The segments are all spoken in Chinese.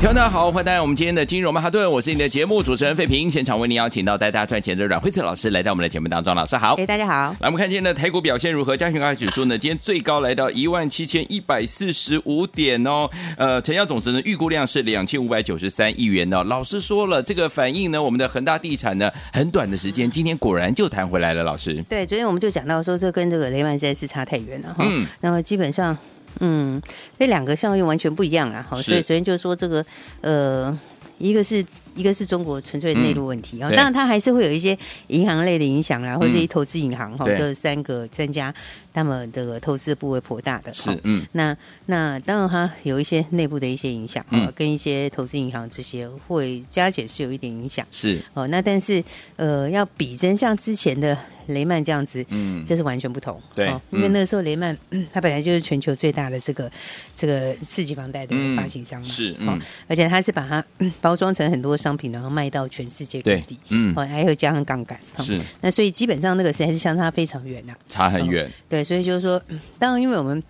听众大家好，欢迎来到我们今天的金融曼哈顿，我是你的节目主持人费平，现场为您邀请到带大家赚钱的阮慧慈老师来到我们的节目当中，老师好哎、。大家好。来，我们看今天的台股表现如何？加权股价指数呢？今天最高来到一万七千一百四十五点哦。呃，成交总值呢，预估量是两千五百九十三亿元哦。老师说了，这个反映呢，我们的恒大地产呢，很短的时间，今天果然就弹回来了。老师，对，昨天我们就讲到说，这跟这个雷曼实在是差太远了哈。嗯那么基本上，嗯，这两个效应完全不一样啦。哈，是所以昨天就说这个，呃，一个是一个是中国纯粹的内陆问题啊、对当然它还是会有一些银行类的影响啦，或者嗯一投资银行哈，对这三个增加他们这个投资部位颇大的。哈是，嗯，那那当然，它有一些内部的一些影响，嗯哈，跟一些投资银行这些会加减是有一点影响。是，哦，那但是呃，要比真像之前的雷曼这样子，嗯，这是完全不同。对哦，因为嗯那个时候雷曼、 它本来就是全球最大的这个这个次级房贷的嗯发行商嘛，是哦嗯，而且它是把它、 嗯包装成很多商品，然后卖到全世界各对地。，嗯，哦，还有加上杠杆，哦是那所以基本上那个实在是相差非常远呐、差很远，对，所以就是说，嗯当然因为我们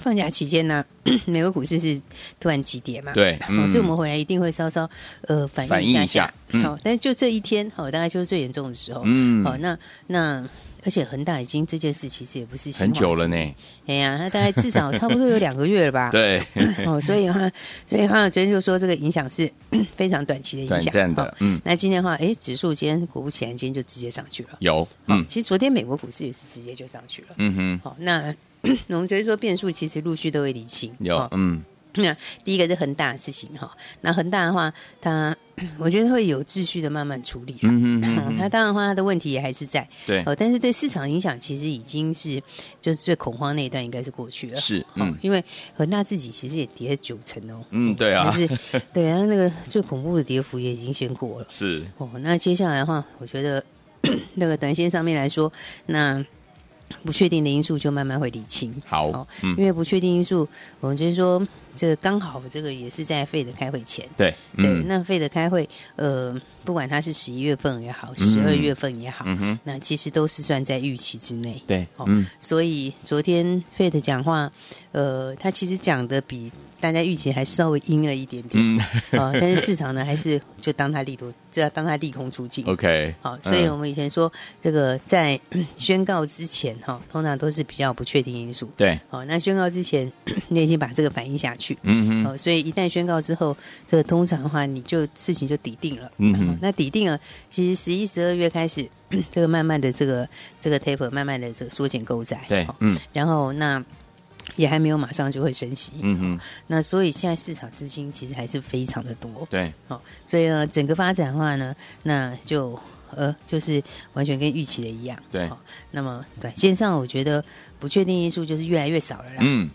放假期间呢、 美国股市是突然急跌嘛，对哦嗯所以我们回来一定会稍稍呃反反应一应下一下下，嗯好、但是就这一天，好、大概就是最严重的时候，嗯，好、那那。而且恒大已经这件事其实也不是新很话久了题，呢，。哎呀，它大概至少差不多有两个月了 吧对，哦，所以的话，所以的话，昨天就说这个影响是 非常短期的影短响，暂哦的，嗯，那今天的话，哎，指数今天果不其然，今天就直接上去了。有，嗯嗯，，其实昨天美国股市也是直接就上去了。嗯哼，好、那 我们觉得说变数其实陆续都会理清。有哦，嗯，那第一个是恒大的事情哈、那恒大的话，它 我觉得会有秩序的慢慢处理啦。嗯哼嗯哦那哼，当然的话，它的问题也还是在对，哦，但是对市场影响其实已经是就是最恐慌那一段应该是过去了。是，嗯嗯，因为恒大自己其实也跌了九成哦，嗯，对啊但，是对啊，那个最恐怖的跌幅也已经先过了。是，哦，那接下来的话，我觉得 那个短线上面来说，那不确定的因素就慢慢会理清。好哦，嗯因，为不确定因素，我们就是说，这个刚好这个也是在费的开会前。对，对，嗯，那费的开会，呃，不管它是十一月份也好，十二月份也好，嗯哼，那其实都是算在预期之内。对，哦嗯，所以昨天费的讲话，呃，他其实讲的比大家预期还稍微阴了一点点。嗯啊、但是市场呢，还是就当它利多，就要当它利空出尽。 ，OK，嗯好，所以我们以前说，这个在 宣告之前哈、通常都是比较不确定因素。对，好，那宣告之前，你已经把这个反应下去。嗯哼，哦，所以一旦宣告之后，这个通常的话，你就事情就底定了。嗯哼那底定了，其实十一、十二月开始， 这个慢慢的这个这个 taper 慢慢的这个缩减购债。对好，嗯然后那也还没有马上就会升息。嗯哼，那所以现在市场资金其实还是非常的多。对，哦，所以呢，整个发展的话呢，那就呃，就是完全跟预期的一样。对哦，那么短线上，我觉得不确定因素就是越来越少了啦。嗯，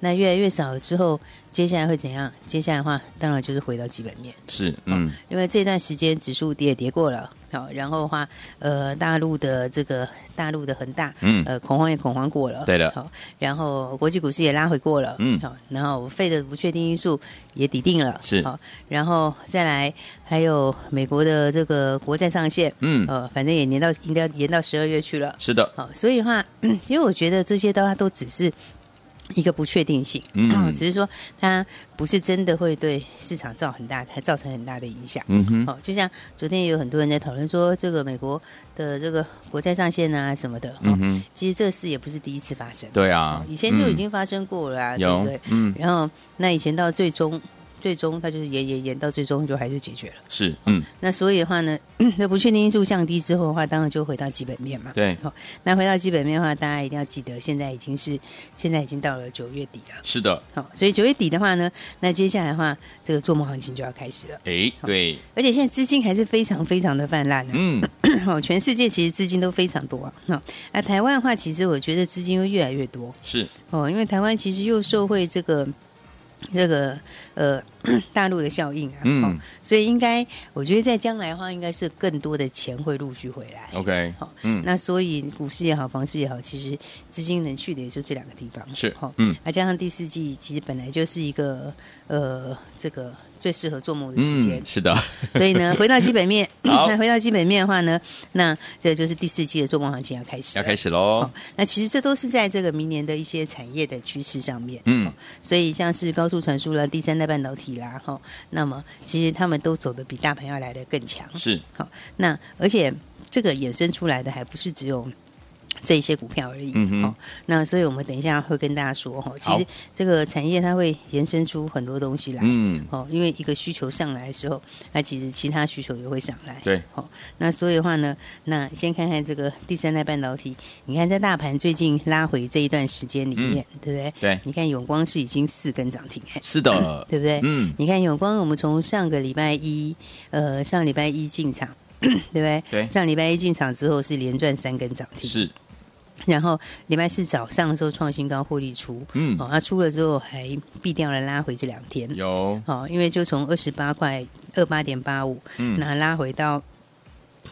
那越来越少了之后，接下来会怎样？接下来的话，当然就是回到基本面，是，嗯，因为这段时间指数跌也跌过了。好、然后的话，呃，大陆的这个大陆的恒大，嗯呃，恐慌也恐慌过了，对的好、然后国际股市也拉回过了，嗯好、然后费的不确定因素也抵定了，是好、然后再来还有美国的这个国债上限，嗯呃，反正也延到延到延到十二月去了，是的，好，所以的话，嗯其实我觉得这些的话都只是一个不确定性，嗯嗯，只是说它不是真的会对市场造很大，它造成很大的影响。嗯哼，哦，就像昨天也有很多人在讨论说，这个美国的这个国债上限啊什么的，嗯嗯、哼，其实这事也不是第一次发生，对啊哦，以前就已经发生过了啊，嗯对不有对？，嗯，然后那以前到最终，最终它就是延延延到最终就还是解决了。是，嗯，那所以的话呢， 那不确定因素降低之后的话，当然就回到基本面嘛。对，那回到基本面的话，大家一定要记得，现在已经是现在已经到了九月底了。是的，好，所以九月底的话呢，那接下来的话，这个做梦行情就要开始了。诶，对，而且现在资金还是非常非常的泛滥的、嗯，哦， 全世界其实资金都非常多啊。那、那台湾的话，其实我觉得资金会越来越多是，哦，因为台湾其实又受惠这个这个呃大陆的效应啊，嗯哦所以应该我觉得在将来的话，应该是更多的钱会陆续回来。 OK，好嗯，那所以股市也好，房市也好，其实资金能去的也就这两个地方。是好，嗯，那加上第四季其实本来就是一个呃这个最适合做梦的时间，是的，所以呢，回到基本面，嗯好 那回到基本面的话呢，那这就是第四季的做梦行情要开始了，要开始喽哦。那其实这都是在这个明年的一些产业的趋势上面，嗯哦所以像是高速传输啦、第三代半导体啦，哈、那么其实他们都走的比大盘要来的更强，是，好、那而且这个衍生出来的还不是只有。这一些股票而已，嗯哼哦，那所以我们等一下会跟大家说哈，哦其好实这个产业它会延伸出很多东西来，嗯，哦，因为一个需求上来的时候，那其实其他需求也会上来。对，哦，那所以的话呢，那先看看这个第三代半导体，你看在大盘最近拉回这一段时间里嗯面，对不对？对你看永光是已经四根涨停，哎，是的，对不对？嗯，你看永光，我们从上个礼拜一，呃，上礼拜一进场。 对不对？对上礼拜一进场之后是连赚三根涨停，是，然后礼拜四早上的时候创新高获利出，嗯哦，它出了之后还避掉了拉回这两天，有，好，因为就从二十八块二八点八五，嗯那拉回到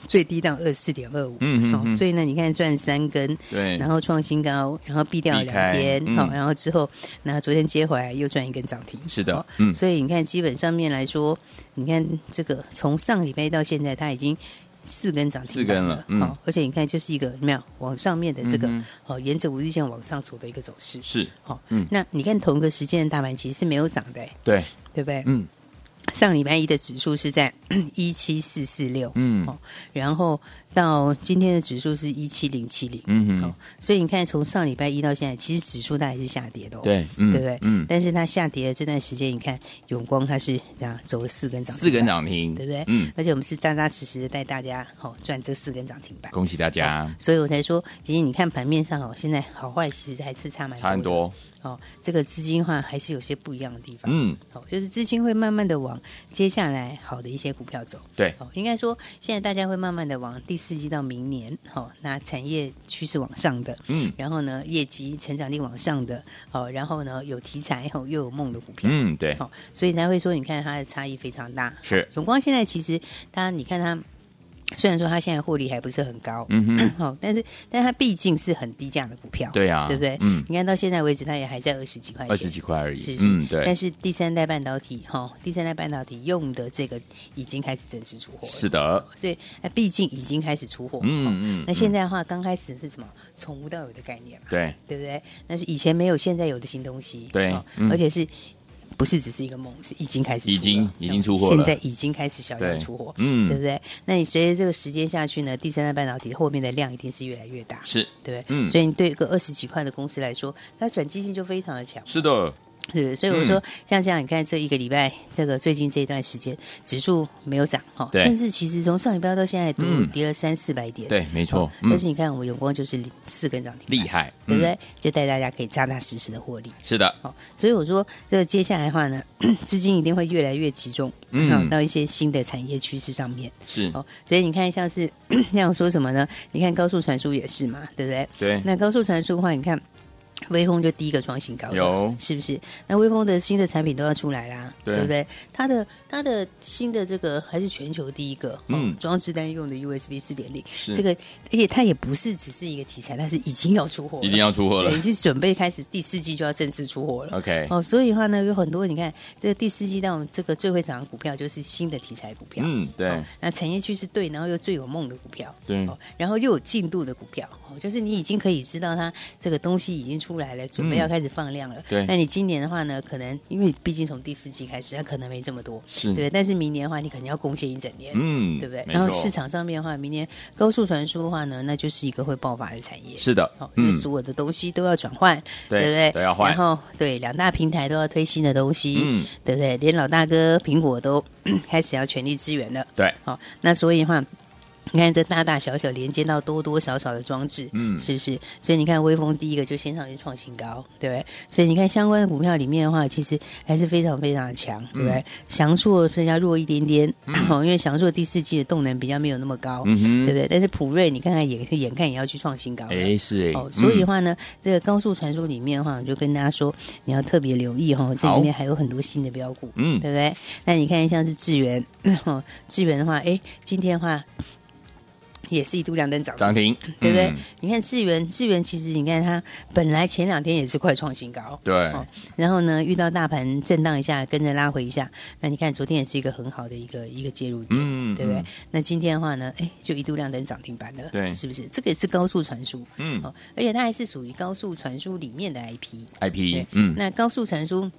最低到二四点二五，嗯嗯好嗯所以呢，你看赚三根，对，然后创新高，然后避掉避两开天，嗯好、然后之后，那昨天接回来又赚一根涨停，是的好嗯所以你看基本上面来说，你看这个从上个礼拜到现在，它已经。四根涨停四根板了了，嗯好而且你看，就是一个有没有往上面的这个嗯哼，哦，沿着五日线往上走的一个走势，是，好，嗯那你看同一个时间的大盘其实是没有涨的，哎对，对不对？嗯上礼拜一的指数是在 一七四四六，嗯哦，然后到今天的指数是一七零七零，嗯哦哼，，所以你看从上礼拜一到现在，其实指数它还是下跌的、哦，对，嗯，对不对？嗯，但是它下跌的这段时间，你看永光它是这样走了四根涨，四根，涨停，对不对？嗯，而且我们是扎扎实实的带大家哦赚这四根涨停板。恭喜大家，所以我才说，其实你看盘面上哦，现在好坏其实还是差蛮差很的多，哦。这个资金的话还是有些不一样的地方，嗯，哦，就是资金会慢慢的往接下来好的一些股票走。对，哦，应该说现在大家会慢慢的往第四季到明年，哦，那产业趋势往上的，嗯然后呢，业绩成长力往上的，哦，然后呢有题材，哦又有梦的股票，嗯，对，哦，所以才会说，你看它的差异非常大。是，永光现在其实它，你看它。虽然说它现在获利还不是很高，嗯哼，哦，但是但它毕竟是很低价的股票，对啊对不对？嗯你看到现在为止，它也还在二十几块钱，二十几块而已是，是，嗯，但对，是第三代半导体哈、齁第三代半导体用的这个已经开始正式出货了，是的，所以那毕竟已经开始出货。齁嗯嗯，哦那现在在的话，刚开始是什么？从无到有的概念嘛，对，对不对？那是以前没有，现在有的新东西。对齁嗯而且是不是只是一个梦，是已经开始出了，已经已经出货了现在已经开始小对量出货，嗯对不对？那你随着这个时间下去呢，第三代半导体后面的量一定是越来越大，是，对不对？嗯所以你对一个二十几块的公司来说，它转机性就非常的强。是的，是，所以嗯我说，像这样，你看这一个礼拜，这个最近这一段时间，指数没有涨哈，对甚至其实从上礼拜到现在都嗯跌了三四百点，对，没哦，错，嗯但，是你看，我们永光就是四根涨停，厉，害，对不嗯对？就带大家可以扎扎实实的获利。是的，哦，所以我说，这个接下来的话呢， 资金一定会越来越集中，嗯哦到一些新的产业趋势上面。是，哦，所以你看，像是 像我说什么呢？你看高速传输也是嘛，对不对？对，那高速传输的话，你看微风就第一个创新高的，有是不是？那微风的新的产品都要出来啦，对不对？它的它的新的这个还是全球第一个，嗯嗯，装置单用的 USB 四点零，是这个而且它也不是只是一个题材，它是已经要出货了，已经要出货了对已经准备开始第四季就要正式出货了。 ，OK，哦，所以的话呢，有很多你看，这个第四季到这个最会涨的股票就是新的题材股票，嗯，对哦，那产业趋势对，然后又最有梦的股票，对哦，然后又有进度的股票，哦，就是你已经可以知道它这个东西已经出来了，准备嗯要开始放量了。对那你今年的话呢，可能因为毕竟从第四季开始，它可能没这么多，是对，但是明年的话，你可能要贡献一整年。嗯，对不对？没然后错市场上面的话，明年高速传输的话呢，那就是一个会爆发的产业。是的哦，，因为嗯，所有的东西都要转换，对不对？都要换然后对两大平台都要推新的东西，嗯对不 对？连老大哥苹果都开始要全力支援了。对，好、那所以的话，你看这大大小小连接到多多少少的装置，嗯是不是？所以你看威风第一个就先上去创新高，对不对？所以你看相关的股票里面的话，其实还是非常非常的强，对不对？嗯翔硕虽然弱一点点，哦因为翔硕第四季的动能比较没有那么高，嗯哼对不对？但是普瑞你看看也眼看也要去创新高了，哎，是哎哦，，所以的嗯话呢，这个高速传输里面的话，我就跟大家说，你要特别留意哈，这里面还有很多新的标股，嗯对不对？那你看像是智源，哦，智源的话，哎，今天的话也是一度亮灯涨停，涨停，对不对？嗯？你看智源，智源其实你看它本来前两天也是快创新高，对哦，然后呢，遇到大盘震荡一下，跟着拉回一下，那你看昨天也是一个很好的一个一个介入点，嗯对不对？嗯那今天的话呢，哎，就一度亮灯涨停板了，对是不是？这个也是高速传输，嗯哦，而且它还是属于高速传输里面的 IP， ，IP，对嗯，那高速传输。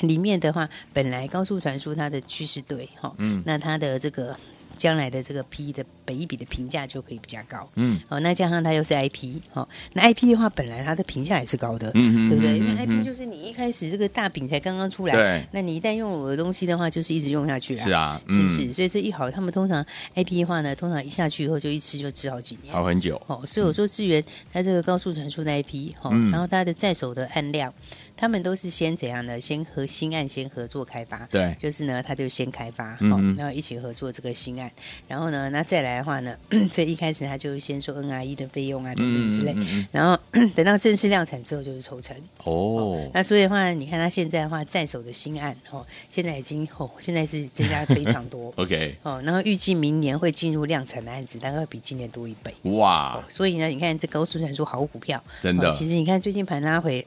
里面的话，本来高速传输它的趋势对哈，哦嗯那它的这个将来的这个 P 的本一比的评价就可以比较高，嗯，哦，那加上它又是 IP，哦，那 IP 的话本来它的评价也是高的，嗯嗯对不嗯对？因为嗯 IP 就是你一开始这个大饼才刚刚出来，对那你一旦用我的东西的话，就是一直用下去啊，是啊，是不嗯是？？所以这一好，他们通常 IP 的话呢，通常一下去以后就一吃就吃好几年，好很久，哦，所以我说资源它这个高速传输那一批，哦，嗯然后它的在手的按量，他们都是先怎样呢？先和新案先合作开发，对就是呢，他就先开发，嗯哦嗯，然后一起合作这个新案，然后呢，那再来的话呢，这一开始他就先说 NRE 的费用啊等等之类。嗯嗯然后 等到正式量产之后就是抽成，哦，那所以的话，你看他现在的话，在手的新案哦，现在已经哦，现在是增加非常多 OK，哦，然后预计明年会进入量产的案子，大概会比今年多一倍。哇，所以呢，你看这高速传输好股票，真的哦其实你看最近盘拉回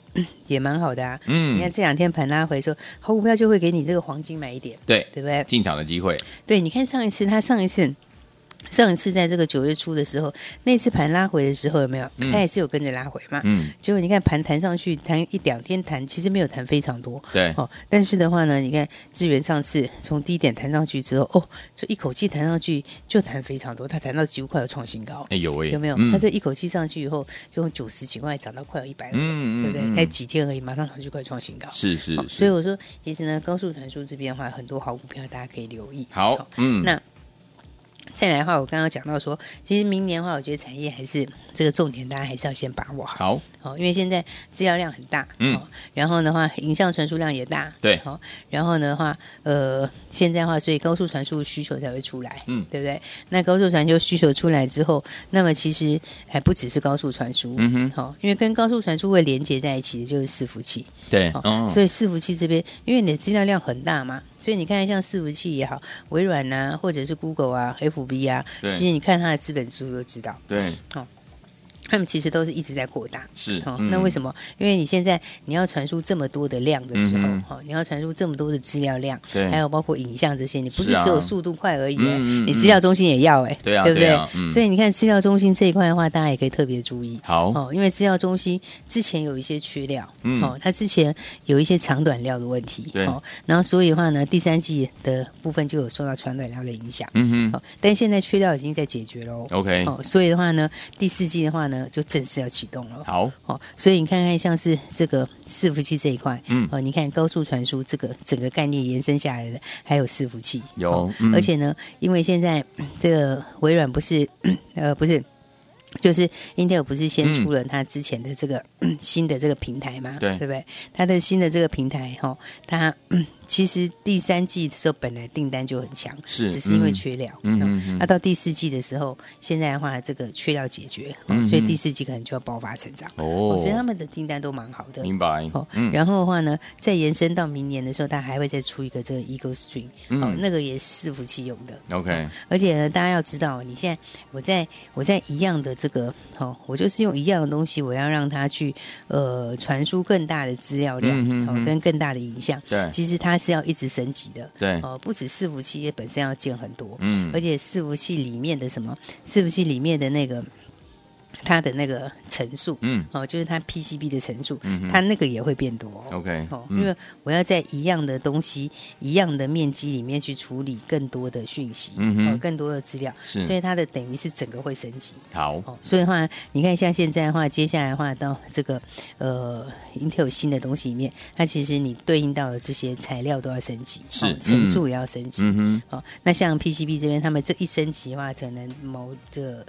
也蛮好的啊。你看嗯，这两天盘拉回说，好股票就会给你这个黄金买一点，对，对不对？进场的机会，对，你看上一次它上一次。上一次在这个九月初的时候，那次盘拉回的时候有没有？嗯它也是有跟着拉回嘛。嗯，结果你看盘弹上去，弹一两天弹，其实没有弹非常多。对，哦，但是的话呢，你看智源上次从低点弹上去之后，哦，就一口气弹上去就弹非常多，它弹到几乎快要创新高。哎有哎，有没有？嗯他这一口气上去以后，就从九十几块涨到快要一百五，嗯嗯对不嗯对？才几天而已，马上上去快创新高。是是好是，所以我说，其实呢，高速传输这边的话，很多好股票大家可以留意。好，嗯，那再来的话，我刚刚讲到说，其实明年的话，我觉得产业还是这个重点，大家还是要先把握好。好，哦，因为现在资料量很大，嗯哦，然后的话，影像传输量也大，对好、然后的话，呃，现在的话，所以高速传输需求才会出来，嗯对不对？那高速传输需求出来之后，那么其实还不只是高速传输，嗯哼，好、因为跟高速传输会连接在一起的就是伺服器，对，好、嗯，所以伺服器这边，因为你的资料量很大嘛，所以你看像伺服器也好，微软啊，或者是 Google 啊，FB 啊，对其实你看它的资本支出就知道，对，他们其实都是一直在扩大，是嗯哦，，那为什么？么？因为你现在你要传输这么多的量的时候，嗯哦，你要传输这么多的资料量，对还有包括影像这些，你不是是啊只有速度快而已、嗯嗯你资料中心也要哎、对啊对不对？对啊嗯所以你看资料中心这一块的话，大家也可以特别注意。好，哦，因为资料中心之前有一些缺料，嗯哦，它之前有一些长短料的问题，对哦，然后所以的话呢，第三季的部分就有受到长短料的影响，嗯哼哦，但现在缺料已经在解决喽， ，OK，哦，所以的话呢，第四季的话呢，就正式要启动了，好，哦，所以你看看像是这个伺服器这一块，嗯哦，你看高速传输这个整个概念延伸下来的，还有伺服器有哦嗯而且呢，因为现在嗯这个微软不是 呃不是。就是 Intel 不是先出了它之前的这个、嗯新的这个平台嘛，对对不对？它的新的这个平台哈、哦，它、嗯其实第三季的时候本来订单就很强，是只是因为嗯缺料。嗯哦嗯嗯那到第四季的时候，现在的话这个缺料解决，哦嗯所以嗯第四季可能就要爆发成长。哦哦，所以他们的订单都蛮好的。明白哦，，嗯，然后的话呢，再延伸到明年的时候，它还会再出一个这个 Eagle Stream，、哦嗯，那个也是伺服器用的。 OK，而且呢，大家要知道，你现在我在我在一样的这个哦，我就是用一样的东西，我要让它去呃传输更大的资料量，嗯哼哦哼，跟更大的影像。对其实它是要一直升级的。对，哦，不止伺服器也本身要建很多，嗯而且伺服器里面的什么？伺服器里面的那个它的那个层数，嗯哦，就是它 PCB 的层数，嗯哼它那个也会变多哦、 OK，哦，嗯因为我要在一样的东西、一样的面积里面去处理更多的讯息，嗯哼哦，更多的资料，是所以它的等于是整个会升级。好，哦，所以的话，你看像现在的话，接下来的话到这个呃 Intel 新的东西里面，它其实你对应到的这些材料都要升级，是哦嗯层数也要升级。嗯哼，哦，那像 PCB 这边，他们这一升级的话，可能某的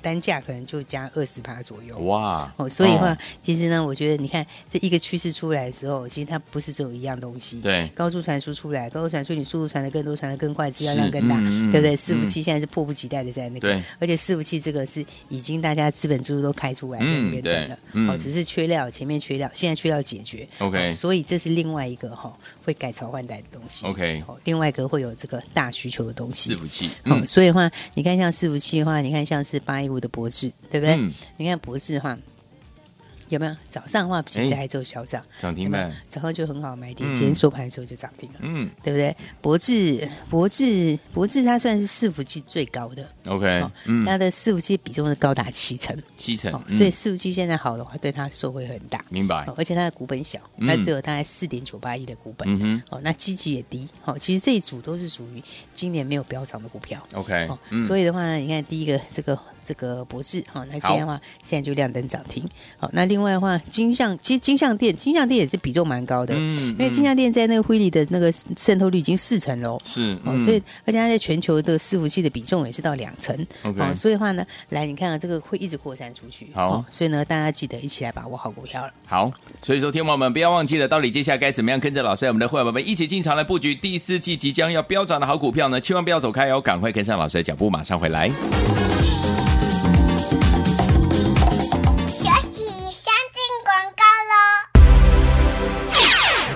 单价可能就加二十趴左右。哇，哦，所以的话，其实呢，我觉得你看这一个趋势出来的时候，其实它不是只有一样东西。对高速传输出来，高速传输你速度传得更多，传得更快，质量是量更大，嗯嗯对嗯不对？伺服器现在是迫不及待的在那个，对而且伺服器这个是已经大家资本注入都开出来在嗯那边等了，对哦，嗯只是缺料，前面缺料，现在缺料解决 OK 哦所以这是另外一个哈、哦、会改朝换代的东西 OK 哦，另外一个会有这个大需求的东西伺。服器，哦，嗯所以的话，你看像伺服器的话，你看像是八一五的博智，对不对？嗯，你看博士的话，有没有早上的话其实还只有小涨，涨有停没有板，早上就很好买点，嗯今天收盘的时候就涨停了，嗯对不对？博智博智博智它算是伺服器最高的， ，OK，哦嗯，它的伺服器比重是高达七成，七成哦，嗯所以伺服器现在好的话，对它受惠很大。明白哦，而且它的股本小，嗯它只有大概四点九八亿的股本，嗯哼哦，那基期也低，哦，其实这一组都是属于今年没有飙涨的股票， ，OK，哦，嗯，所以以的话呢，你看第一个这个这个博士，好、哦，那现在的话，现在就亮灯涨停。好、那另外的话，金像其实金像店，金像店也是比重蛮高的，嗯因为金像店在那个辉里的那个渗透率已经四成喽。嗯是，哦，所以而且它在全球的伺服器的比重也是到两成 OK 哦，所以的话呢，来你看啊，这个会一直扩散出去，哦好所以呢，大家记得一起来把握好股票了。好，所以说，听众朋友们不要忘记了，到底接下来该怎么样跟着老师，我们的会员宝们一起进场来布局第四季即将要飙涨的好股票呢？千万不要走开哦，赶快跟上老师的脚步，马上回来。学习先进广告喽。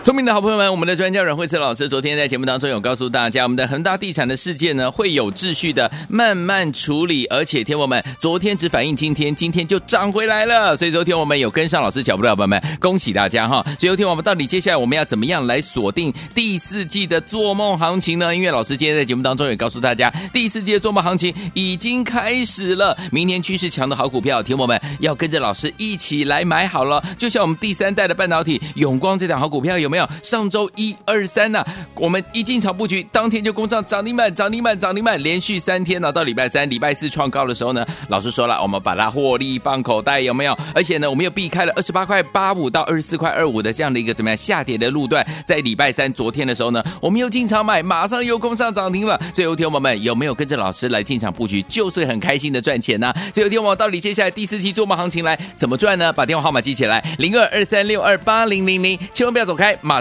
聪明的好朋友们，我们的专家阮慧慈老师昨天在节目当中有告诉大家，我们的恒大地产的事件呢会有秩序的慢慢处理，而且天我们昨天只反映今天，今天就涨回来了。所以昨天我们有跟上老师脚步的好朋友们，恭喜大家哈！所以昨天我们到底接下来我们要怎么样来锁定第四季的做梦行情呢？因为老师今天在节目当中也告诉大家，第四季的做梦行情已经开始了，明年趋势强的好股票，听我们要跟着老师一起来买好了。就像我们第三代的半导体永光这档好股票有没有？上周一二三呢、我们一进场布局，当天就攻上涨停板，涨停板，涨停板，连续三天呢、到礼拜三、礼拜四创高的时候呢，老师说了，我们把它获利放口袋，有没有？而且呢，我们又避开了二十八块八五到二十四块二五的这样的一个怎么样下跌的路段，在礼拜三昨天的时候呢，我们又进场买，马上又攻上涨停了。所以，有天我们有没有跟着老师来进场布局，就是很开心的赚钱呢、所以，有天我到底接下来第四期做梦行情来怎么赚呢？把电话号码记起来，零二二三六二八零零零，千万不要走开，马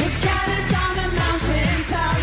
The cat is on the mountain top.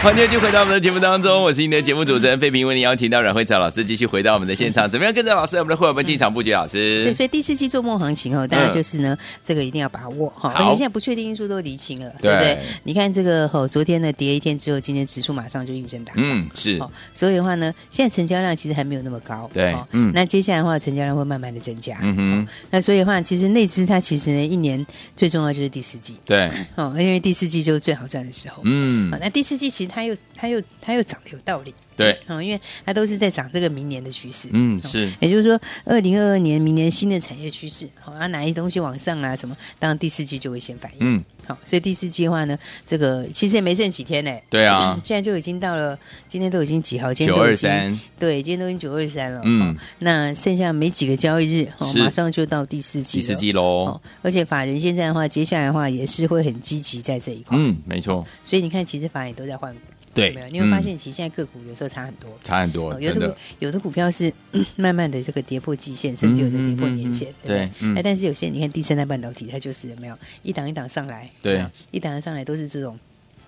欢迎继续回到我们的节目当中，我是你的节目主持人费平，为您邀请到阮慧慈老师继续回到我们的现场，怎么样跟着老师，我们的会员们进场布局？老对，师，所以第四季做梦行情哦，大家就是呢，这个一定要把握嗯哈。好而且现在不确定因素都厘清了，对不对对？你看这个哦，昨天呢跌一天之后，今天指数马上就应声大涨。嗯，是哦，所以的话呢，现在成交量其实还没有那么高，对哦嗯那接下来的话，成交量会慢慢的增加，嗯哼，那所以的话，其实内资它其实呢，一年最重要就是第四季，对，哦，因为第四季就是最好赚的时候，哦嗯好，，那第四季其实它又它又它又涨得有道理，对，哦，因为它都是在涨这个明年的趋势，嗯哦是也就是说二零二二年明年新的产业趋势，好、啊哪些东西往上啦、什么，当然第四季就会先反应，嗯，好、所以第四季的话呢，这个其实也没剩几天呢、对啊现在就已经到了，今天都已经几号？今天九都二已经三，对，今天都已经九二三了，嗯哦那剩下没几个交易日，哦，是马上就到第四季第了，四季喽哦，，而且法人现在的话，接下来的话也是会很积极在这一块，嗯，没错，所以你看，其实法人也都在换股，对有没有？你会发嗯现，其实现在个股有时候差很多。差很多，哦有真的的股，有的股票是 嗯慢慢的这个跌破季线，甚至有的跌破年线，嗯嗯嗯对嗯哎但是有些你看第三代半导体，它就是有没有一档一档上来，对有没有一档一档上来都是这种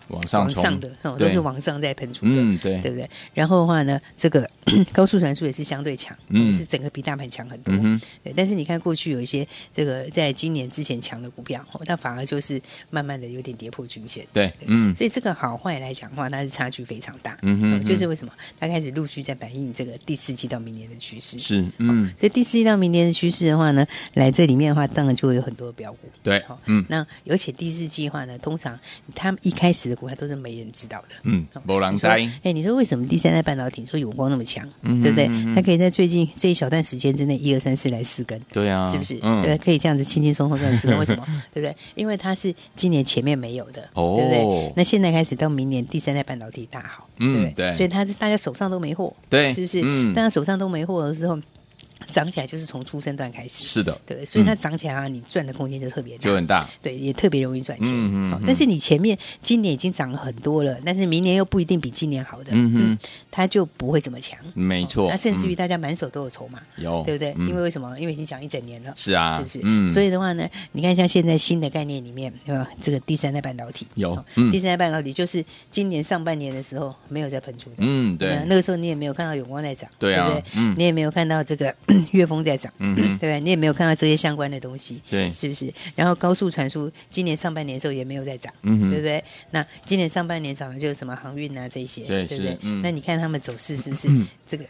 往上往冲上的，哦，都对是往上在喷出的，嗯，对，对不对？然后的话呢，这个 高速传输也是相对强，嗯是整个比大盘强很多。嗯哼，对，但是你看过去有一些这个在今年之前强的股票，哦它反而就是慢慢的有点跌破均线。对，嗯，所以这个好坏来讲的话，它是差距非常大。嗯哼哦嗯就是为什么它开始陆续在反映这个第四季到明年的趋势。是，嗯，所以第四季到明年的趋势的话呢，来这里面的话，当然就会有很多标股。对好，嗯那而且第四季的话呢，通常他们一开始的股票都是没人知道的。嗯，没人你知说，哎，你说为什么第三代半导体说永光那么强，嗯对不对嗯嗯嗯？它可以在最近这一小段时间之内，一二三四来四根，对啊，是不是？对，嗯，可以这样子轻轻松松 赚四根，为什么？对不对？因为它是今年前面没有的，哦对不对？那现在开始到明年第三代半导体大好，嗯对不对所以它是大家手上都没货，对是不是？嗯大家手上都没货的时候，涨起来就是从出生段开始，是的，对，所以它嗯涨起来啊，你赚的空间就特别大，就很大，对，也特别容易赚钱。嗯嗯好嗯但是你前面今年已经涨了很多了，但是明年又不一定比今年好的，嗯哼，它就不会这么强。没错，那甚至于嗯大家满手都有筹码，有，对不对？嗯因为为什么？因为已经讲一整年了，是啊是不是？嗯所以的话呢，你看像现在新的概念里面，对吧？这个第三代半导体有哦嗯第三代半导体就是今年上半年的时候没有在喷出的，嗯，对那，那个时候你也没有看到永光在涨，对啊不对？嗯你也没有看到这个 岳峰在涨，嗯哼嗯对不对？你也没有看到这些相关的东西，对是不是？然后高速传输今年上半年的时候也没有在涨，嗯哼对不对？那今年上半年涨的就是什么航运啊这些，对不是对？嗯那你看他们走势是不是 这个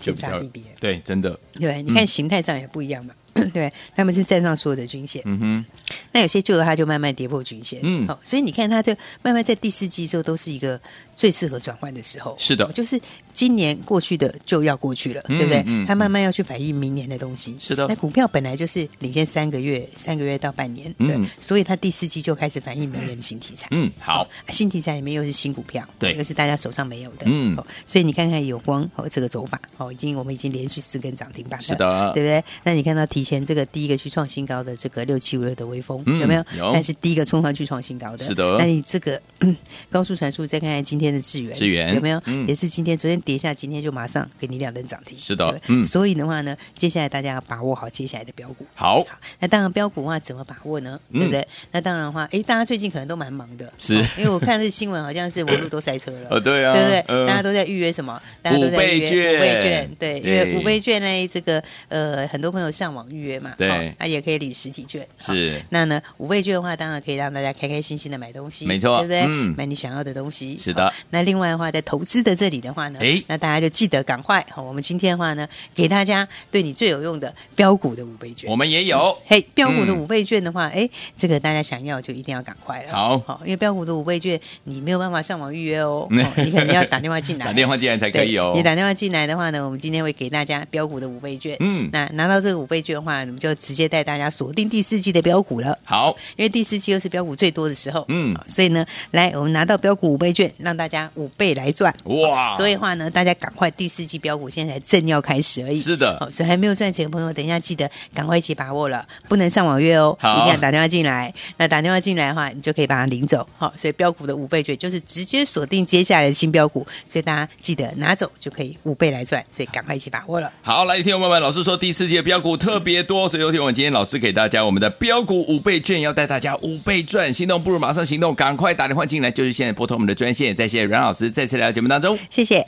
就天比差较地别？对，真的，对，你看形态上也不一样嘛。对，他们是站上所有的均线，嗯哼，那有些旧的它就慢慢跌破均线，嗯好、所以你看它就慢慢在第四季之后都是一个最适合转换的时候，是的哦就是今年过去的就要过去了，对不对嗯嗯？它慢慢要去反映明年的东西，是的那股票本来就是领先三个月，三个月到半年，嗯对，所以它第四季就开始反映明年的新题材，嗯，好哦，，新题材里面又是新股票，对又是大家手上没有的，嗯哦，所以你看看有光哦这个走法哦，已经我们已经连续四根涨停板了，是的对不对？那你看到提前这个第一个去创新高的这个六七五六的微风、嗯有没有？有但是第一个冲上去创新高的，是的那你这个嗯高速传输，再看看今天的智源，智源有没有？嗯也是今天昨天跌下，今天就马上给你两灯涨停，是的对不对嗯所以的话呢，接下来大家要把握好接下来的标股。好，那当然，标股的话怎么把握呢？嗯对不对？那当然的话，诶，大家最近可能都蛮忙的，是哦因为我看这新闻好像是网络都塞车 了，呃，对啊，对不对？嗯大家都在预约什么？大家都在预五倍约券五倍券，对，因对为五倍券呢，这个呃，很多朋友上网预约嘛，对哦那、也可以领实体券，哦是那呢，五倍券的话，当然可以让大家开开心心的买东西，没错对不对？嗯买你想要的东西。是的好那另外的话，在投资的这里的话呢，诶那大家就记得赶快，好我们今天的话呢，给大家对你最有用的标股的五倍券我。们也有，嘿，标股的嗯五倍券的话，哎、这个大家想要就一定要赶快了。好好，因为标股的五倍券你没有办法上网预 约哦，嗯哦你可能要打电话进 来。打电话进来才可以哦对你，打电话进来的话呢，我们今天会给大家标股的五倍券。嗯，那拿到这个五倍券的话，我们就直接带大家锁定第四季的标股了，好，因为第四季又是标股最多的时候。嗯好所以呢，来我们拿到标股五倍券，让大家五倍来赚。哇，所以的话呢，大家赶快第四季标股现在才正要开始而已。是的哦，所以还没有赚钱的朋友，等一下记得赶快一起把握了，不能上网约哦，好一定要打电话进来。那打电话进来的话，你就可以把它领走。好、所以标股的五倍券就是直接锁定接下来的新标股，所以大家记得拿走就可以五倍来赚，所以赶快一起把握了。好，来，听众朋友们，老师说第四季的标股特别多，所以有请我们今天老师给大家我们的标股五倍券，要带大家五倍赚，心动不如马上行动，赶快打电话进来，就是现在拨通我们的专线。再谢谢阮老师再次来到节目当中。谢谢。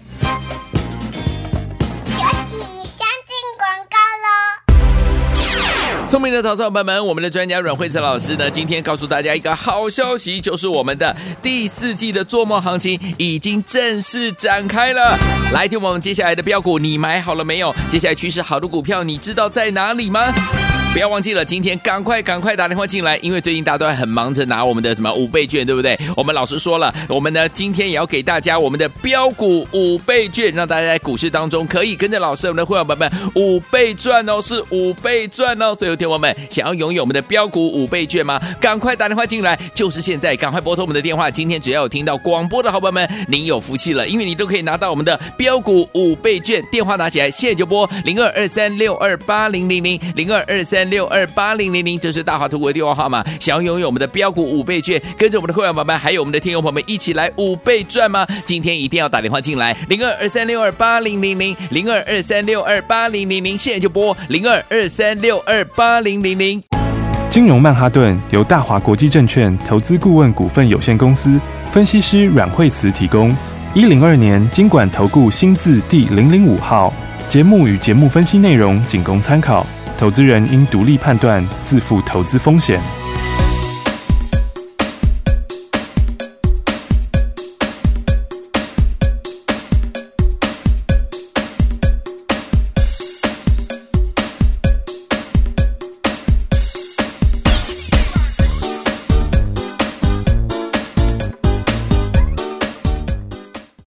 学习先进广告喽。聪明的投资者朋友们，我们的专家阮慧慈老师呢，今天告诉大家一个好消息，就是我们的第四季的做梦行情已经正式展开了。来，听我们接下来的标股，你买好了没有？接下来趋势好的股票，你知道在哪里吗？不要忘记了，今天赶快赶快打电话进来，因为最近大家都很忙着拿我们的什么五倍券，对不对？我们老师说了，我们呢今天也要给大家我们的标股五倍券，让大家在股市当中可以跟着老师我们的会员朋友们五倍赚哦，是五倍赚哦。所以，有听友们想要拥有我们的标股五倍券吗？赶快打电话进来，就是现在，赶快拨通我们的电话。今天只要有听到广播的好朋友们，您有福气了，因为你都可以拿到我们的标股五倍券。电话拿起来，现在就拨零二二三六二八零零零零二二三六二八零零零，这是大华图国的电话号码。想要拥有我们的标股五倍券，跟着我们的会员宝宝们，还有我们的听友朋友们一起来五倍赚吗？今天一定要打电话进来，零二二三六二八零零零零二二三六二八零零零，现在就拨零二二三六二八零零零。金融曼哈顿由大华国际证券投资顾问股份有限公司分析师阮惠慈提供。一零二年经管投顾新字第零零五号。节目与节目分析内容仅供参考，投资人应独立判断，自负投资风险。